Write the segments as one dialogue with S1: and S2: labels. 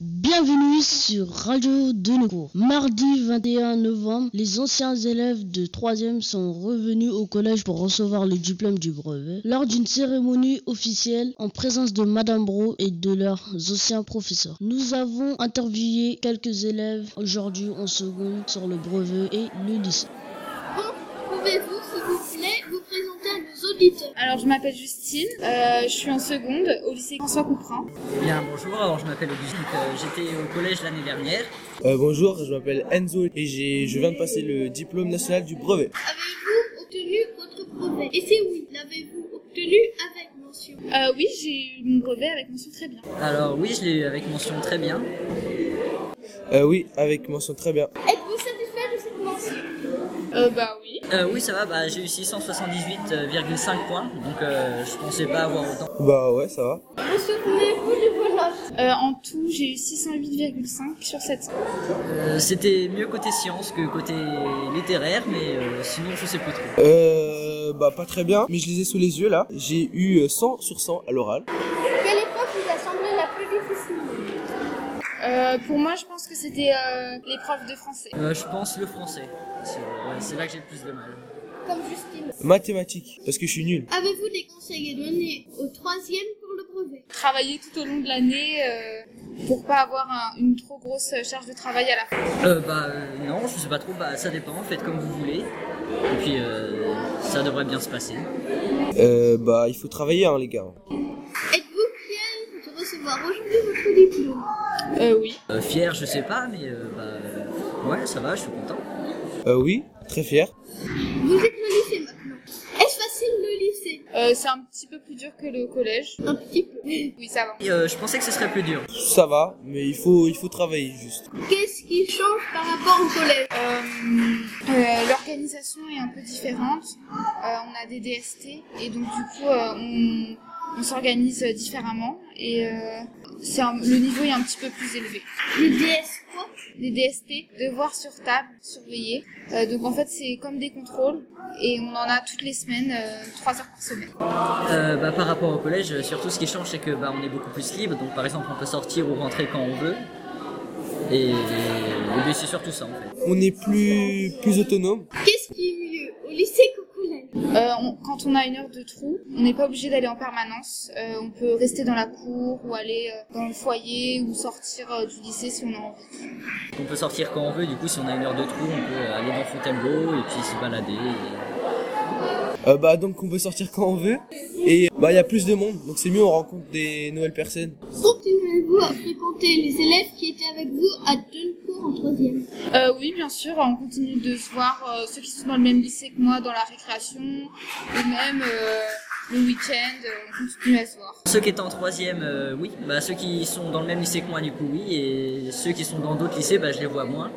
S1: Bienvenue sur Radio Denecourt. Mardi 21 novembre, les anciens élèves de 3e sont revenus au collège pour recevoir le diplôme du brevet. Lors d'une cérémonie officielle en présence de Madame Bro et de leurs anciens professeurs, nous avons interviewé quelques élèves aujourd'hui en seconde sur le brevet et le lycée.
S2: Pouvez-vous, s'il vous plaît, vous présenter à nos auditeurs
S3: Alors, je m'appelle Justine, euh, je suis en seconde au lycée François Couperin.
S4: Bien, bonjour, alors je m'appelle Auguste, euh, j'étais au collège l'année dernière.
S5: Euh, bonjour, je m'appelle Enzo et j'ai, je viens de passer le diplôme national du brevet.
S2: Avez-vous obtenu votre brevet Et si oui, l'avez-vous obtenu avec mention
S3: Euh, oui, j'ai eu mon brevet avec mention très bien.
S4: Alors oui, je l'ai eu avec mention très bien.
S5: Euh, oui, avec mention très bien.
S2: Êtes-vous satisfait de cette mention
S3: Euh, bah oui.
S4: Euh, oui, ça va, bah, j'ai eu 678,5 points, donc euh, je pensais pas avoir autant.
S5: Bah ouais, ça va.
S2: Vous souvenez-vous de vos notes
S3: Euh, en tout, j'ai eu 608,5 sur 700.
S4: Euh, C'était mieux côté sciences que côté littéraire, mais euh, sinon je sais plus trop.
S5: Euh, bah pas très bien, mais je les ai sous les yeux là. J'ai eu euh, 100 sur 100 à l'oral.
S2: Quelle épreuve vous a semblé la plus difficile
S3: Euh, pour moi, je pense que c'était euh, l'épreuve de français.
S4: Euh, je pense le français, c'est ouais, c'est là que j'ai le plus de mal.
S2: Comme Justine.
S5: Mathématiques, parce que je suis nul.
S2: Avez-vous des conseils à donner au troisième pour le brevet
S3: Travailler tout au long de l'année euh, pour pas avoir un- une trop grosse charge de travail à la fin.
S4: Euh, bah euh, non, je sais pas trop, bah ça dépend, faites comme vous voulez, et puis euh, ça devrait bien se passer.
S5: Euh, bah il faut travailler hein les gars.
S2: Êtes-vous fier de recevoir aujourd'hui votre diplôme
S3: Euh, oui.
S4: Euh, fier, je sais pas, mais euh, bah euh, ouais, ça va, je suis content.
S5: Euh, oui, très fier.
S2: Vous êtes au lycée maintenant. Est-ce facile le lycée
S3: Euh, c'est un petit peu plus dur que le collège.
S2: Un petit peu.
S3: Oui, ça va.
S4: Et, euh, je pensais que ce serait plus dur.
S5: Ça va, mais il faut, il faut travailler juste.
S2: Qu'est-ce qui change par rapport au collège
S3: Euh, euh, L'organisation est un peu différente. Euh, on a des DST et donc du coup euh, on, on s'organise euh, différemment et euh, c'est un- le niveau est un petit peu plus élevé.
S2: Le DS quoi
S3: Les DST, devoirs sur table, surveiller. Euh, donc en fait c'est comme des contrôles et on en a toutes les semaines, euh, trois heures par semaine.
S4: Euh, bah, par rapport au collège, euh, surtout ce qui change, c'est que bah, on est beaucoup plus libre. Donc par exemple, on peut sortir ou rentrer quand on veut. Et, et puis, c'est surtout ça en fait.
S5: On est plus, plus autonome.
S2: Qu'est-ce qui est mieux au lycée qu'au collège
S3: Euh, on- quand on a une heure de trou, on n'est pas obligé d'aller en permanence. Euh, on peut rester dans la cour ou aller euh, dans le foyer ou sortir euh, du lycée si on a envie.
S4: On peut sortir quand on veut. Du coup, si on a une heure de trou, on peut aller dans Fontainebleau et puis se balader. et-
S5: Euh, bah donc on peut sortir quand on veut. Et bah il y a plus de monde, donc c'est mieux on rencontre des nouvelles personnes.
S2: Continuez-vous à fréquenter les élèves qui étaient avec vous à Duncourt en troisième
S3: Euh, oui, bien sûr, on continue de se voir euh, ceux qui sont dans le même lycée que moi dans la récréation, ou même euh, le week-end, euh, on continue à se voir.
S4: Ceux qui étaient en troisième, euh, oui. Bah, ceux qui sont dans le même lycée que moi, du coup, oui. Et ceux qui sont dans d'autres lycées, bah, je les vois moins.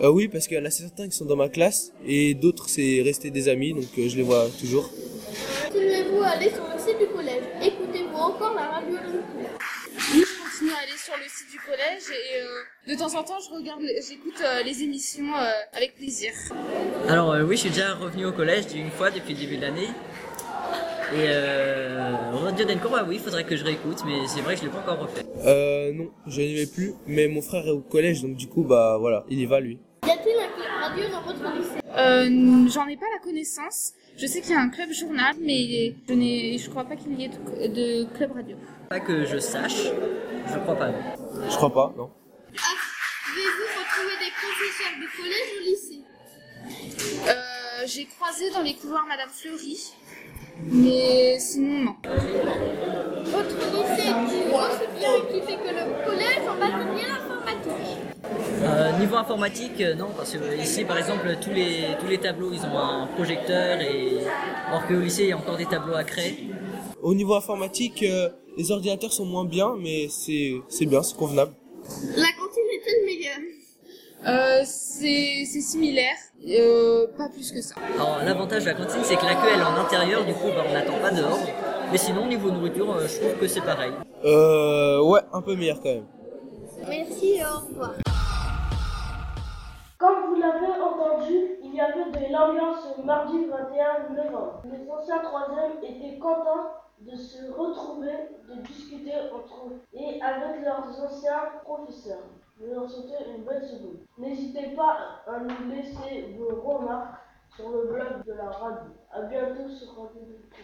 S5: Euh, oui, parce qu'il y en a certains qui sont dans ma classe et d'autres c'est resté des amis, donc euh, je les vois toujours.
S2: Continuez-vous à aller sur le site du collège Écoutez-vous encore la radio Duncourt
S3: Oui, je continue à aller sur le site du collège et euh, de temps en temps, je regarde, j'écoute euh, les émissions euh, avec plaisir.
S4: Alors euh, oui, je suis déjà revenu au collège une fois depuis le début de l'année. Et euh, Radio Denko, bah oui, faudrait que je réécoute, mais c'est vrai que je l'ai pas encore refait.
S5: Euh, non, je n'y vais plus, mais mon frère est au collège, donc du coup, bah voilà, il y va lui.
S2: Y a-t-il un club radio dans votre lycée
S3: Euh, J'en ai pas la connaissance. Je sais qu'il y a un club journal, mais je, n'ai- je crois pas qu'il y ait de, de club radio.
S4: Pas que je sache, je crois pas. non.
S5: Je crois pas, non.
S2: Avez-vous retrouvé des professeurs du collège au lycée
S3: Euh, J'ai croisé dans les couloirs Madame Fleury, mais sinon, non.
S2: Votre lycée est aussi bien équipé que le collège en matériel informatique.
S4: Euh, niveau informatique, euh, non, parce que euh, ici, par exemple, tous les, tous les tableaux, ils ont un projecteur, et alors qu'au lycée, il y a encore des tableaux à craie.
S5: Au niveau informatique, euh, les ordinateurs sont moins bien, mais c'est c'est bien, c'est convenable.
S2: La cantine est-elle meilleure
S3: Euh, c'est c'est similaire, euh, pas plus que ça.
S4: Alors l'avantage de la cantine, c'est que la queue, elle est en intérieur, du coup, bah, on n'attend pas dehors. Mais sinon, niveau nourriture, euh, je trouve que c'est pareil.
S5: Euh, ouais, un peu meilleur quand même.
S2: Merci et au revoir.
S6: Comme vous l'avez entendu, il y avait de l'ambiance ce mardi 21 novembre. Les anciens troisièmes étaient contents de se retrouver, de discuter entre eux et avec leurs anciens professeurs. Vous en sautez une bonne seconde. N'hésitez pas à nous laisser vos remarques sur le blog de la radio. À bientôt sur Radio Delta.